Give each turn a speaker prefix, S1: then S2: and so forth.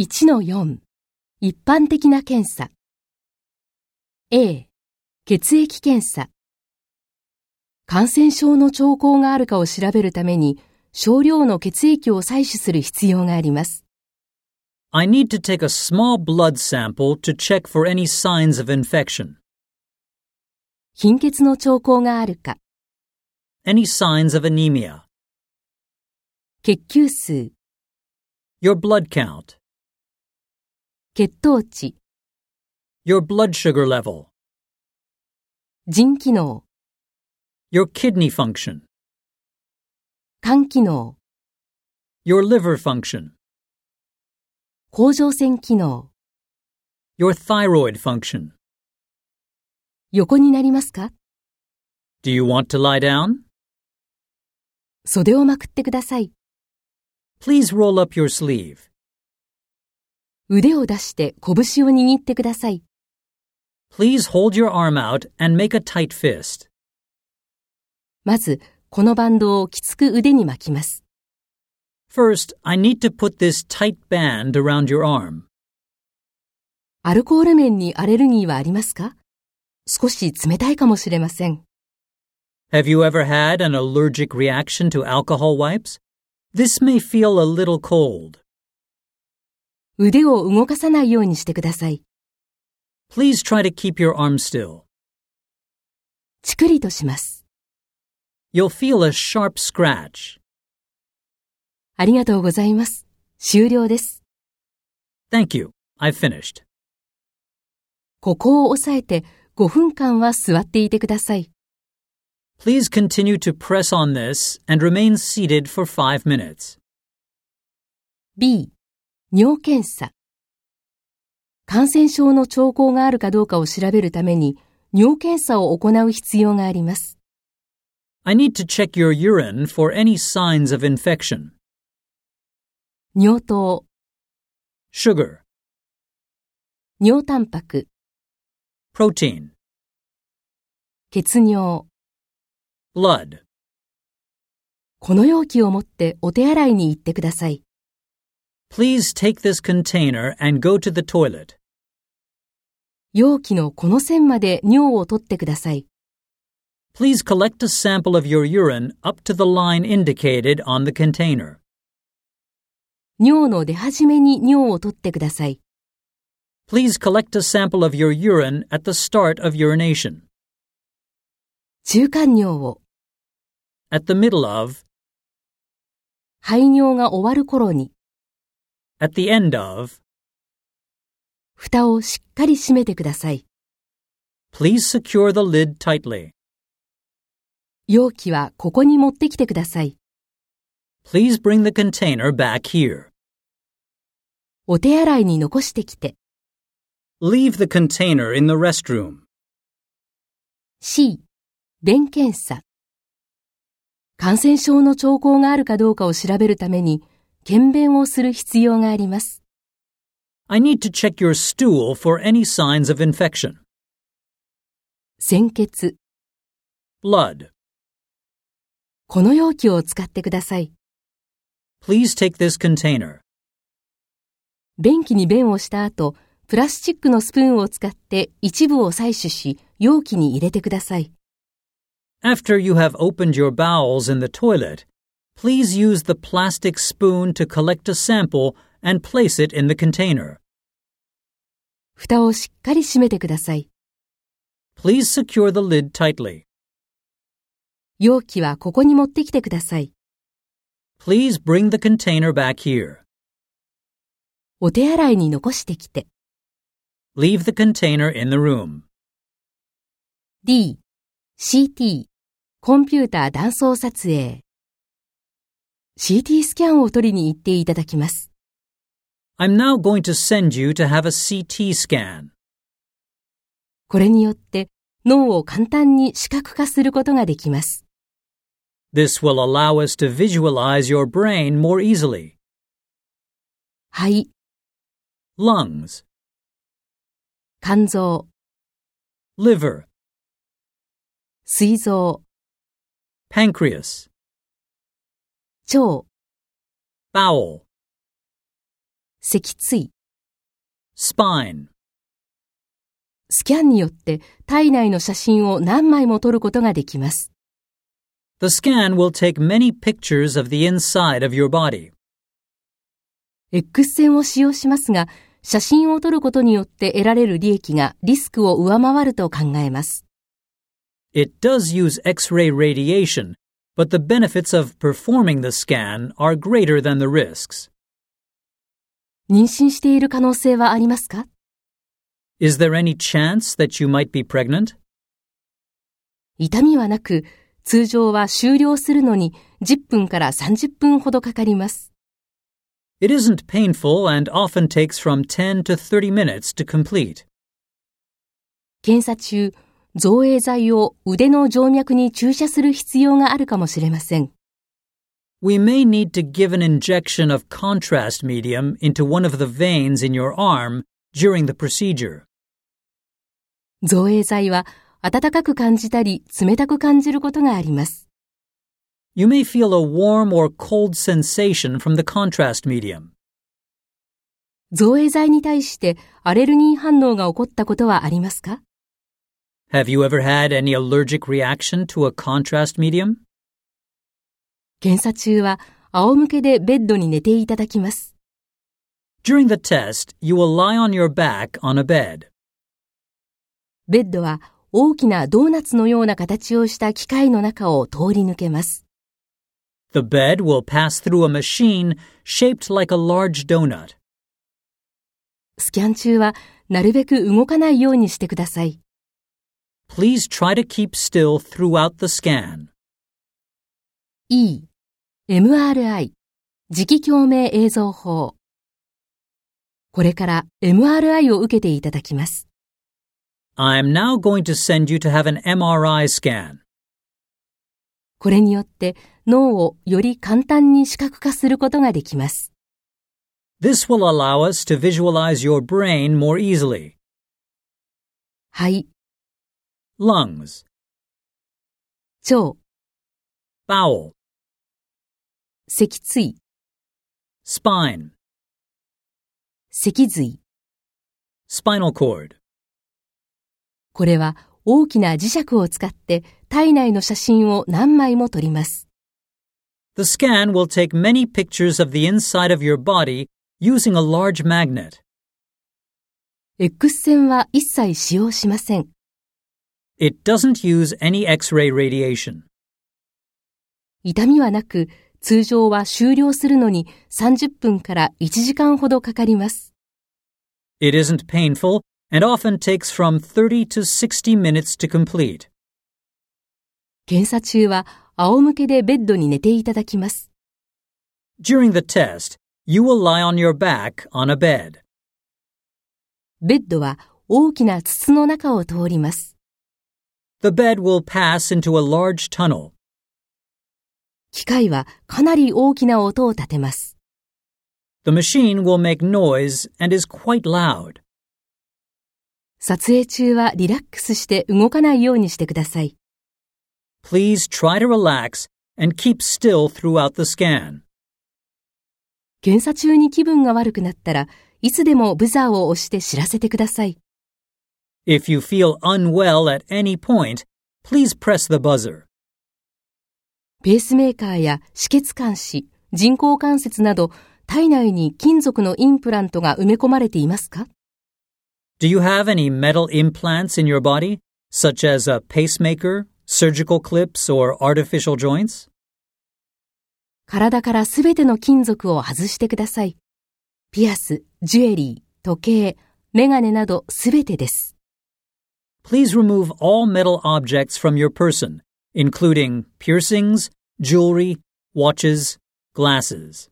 S1: 1-4一般的な検査 A 血液検査感染症の兆候があるかを調べるために少量の血液を採取する必要があります
S2: I need to take a small blood sample to check for any signs of infection.
S1: 貧血の兆候があるか
S2: Any signs of anemia?
S1: 血球数
S2: Your blood count?
S1: 血糖値
S2: Your blood sugar level?
S1: 腎機能
S2: Your kidney function?
S1: 肝機能
S2: Your liver function?
S1: 甲状腺機能
S2: Your thyroid function?
S1: 横になりますか
S2: Do you want to lie down?
S1: 袖をまくってください
S2: Please roll up your sleeve.
S1: 腕を出して拳を握ってください
S2: Please hold your arm out and make a tight fist.
S1: まずこのバンドをきつく腕に巻きます
S2: First, I need to put this tight band around your arm.
S1: アルコール面にアレルギーはありますか少し冷たいかもしれません。
S2: Have you ever had an allergic reaction to alcohol wipes? This may feel a little cold.
S1: 腕を動かさないようにしてください。
S2: Please try to keep your arm still.
S1: チクリとします。
S2: You'll feel a sharp scratch.
S1: ありがとうございます。終了です。
S2: Thank you. I've finished.
S1: ここを押さえて5分間は座っていてください。
S2: Please continue to press on this and remain seated for five minutes.
S1: B、尿検査。感染症の兆候があるかどうかを調べるために、尿検査を行う必要があります。
S2: I need to check your urine for any signs of infection.
S1: 尿糖、
S2: Sugar,
S1: 尿タンパク、
S2: protein,
S1: 血尿。
S2: blood.
S1: この容器を持ってお手洗いに行ってください。
S2: Please take this container and go to the toilet.
S1: 容器のこの線まで尿を取ってください。
S2: Please collect a sample of your urine up to the line indicated on the container.
S1: 尿の出始めに尿を取ってください。
S2: Please collect a sample of your urine at the start of urination,
S1: 中間尿を、
S2: at the middle of,
S1: 排尿が終わる頃に、
S2: at the end of.
S1: 蓋をしっかり閉めてください。
S2: Please secure the lid tightly.
S1: 容器はここに持ってきてください。
S2: Please bring the container back here.
S1: お手洗いに残してきて。
S2: Leave the container in the restroom.
S1: C、便検査。感染症の兆候があるかどうかを調べるために、検便をする必要があります。
S2: I need to check your stool for any signs of infection.
S1: 鮮血。
S2: Blood.
S1: この容器を使ってください。
S2: Please take this container.
S1: 便器に便をした後、プラスチックのスプーンを使って一部を採取し、容器に入れてください。
S2: After you have opened your bowels in the toilet, please use the plastic spoon to collect a sample and place it in the container.
S1: 蓋をしっかり閉めてください。
S2: Please secure the lid tightly.
S1: 容器はここに持ってきてください。
S2: Please bring the container back here.
S1: お手洗いに残してきて。
S2: Leave the container in the room.
S1: D、CT、コンピューター断層撮影。CT スキャンを取りに行っていただきます。
S2: I'm now going to send you to have a CT scan.
S1: これによって脳を簡単に視覚化することができます。
S2: This will allow us to visualize your brain more easily.
S1: 肺、
S2: Lungs,
S1: 肝臓、
S2: liver,
S1: 膵臓、
S2: pancreas,
S1: 腸、
S2: bowel,
S1: 脊椎、
S2: spine,
S1: スキャンによって体内の写真を何枚も撮ることができます。
S2: The scan will take many pictures of the inside of your body.
S1: X 線を使用しますが、写真を撮ることによって得られる利益がリスクを上回ると考えます。
S2: It does use X ray radiation, but the benefits of performing the scan are greater than the risks.
S1: 妊娠している可能性はありますか
S2: Is there any chance that you might be pregnant?
S1: 痛みはなく、通常は終了するのに10分から30分ほどかかります。
S2: It isn't painful and often takes from 10 to 30 minutes to complete.
S1: 検査中、造影剤を腕の静脈に注射する必要があるかもしれません。
S2: We may need to give an injection of contrast medium into one of the veins in your arm during the procedure.
S1: 造影剤は暖かく感じたり冷たく感じることがあります。
S2: You may feel a warm or cold sensation from the contrast medium.
S1: 造影剤に対してアレルギー反応が起こったことはありますか
S2: Have you ever had any allergic reaction to a contrast medium?
S1: 検査中は仰向けでベッドに寝ていただきます。
S2: During the test, you will lie on your back on a bed.
S1: ベッドは大きなドーナツのような形をした機械の中を通り抜けます。
S2: The bed will pass through a machine shaped like a large donut.
S1: スキャン中はなるべく動かないようにしてください。
S2: Please try to keep still throughout the scan.
S1: E、MRI、磁気共鳴映像法。これから MRI を受けていただきます。
S2: I am now going to send you to have an MRI scan.
S1: これによって脳をより簡単に視覚化することができます。
S2: This will allow us to visualize your brain more easily.
S1: 肺、
S2: Lungs,
S1: 腸、
S2: bowel,
S1: 脊椎、
S2: spine,
S1: 脊髄。
S2: spinal cord.
S1: これは大きな磁石を使って体内の写真を何枚も撮ります。
S2: The scan will take many pictures of the inside of your body using a large magnet.
S1: X 線は一切使用しません。
S2: It doesn't use any X ray radiation.
S1: 痛みはなく、通常は終了するのに30分から1時間ほどかかります。
S2: It isn't painful and often takes from 30 to 60 minutes to complete.
S1: 検査中は仰向けでベッドに寝ていただきます。
S2: During the test, you will lie on your back on a bed.
S1: ベッドは大きな筒の中を通ります。
S2: The bed will pass into a large tunnel.
S1: 機械はかなり大きな音を立てます。
S2: The machine will make noise and is quite loud.
S1: 撮影中はリラックスして動かないようにしてください。
S2: Please try to relax and keep still throughout the scan.
S1: 検査中に気分が悪くなったらいつでもブザーを押して知らせてください。
S2: If you feel unwell at any point, please press the buzzer.
S1: ペースメーカーや止血管子、人工関節など体内に金属のインプラントが埋め込まれていますか
S2: Do you have any metal implants in your body, such as a pacemaker, surgical clips, or artificial joints?
S1: 体からすべての金属を外してください。ピアス、ジュエリー、時計、メガネなどすべてです。
S2: Please remove all metal objects from your person, including piercings, jewelry, watches, glasses.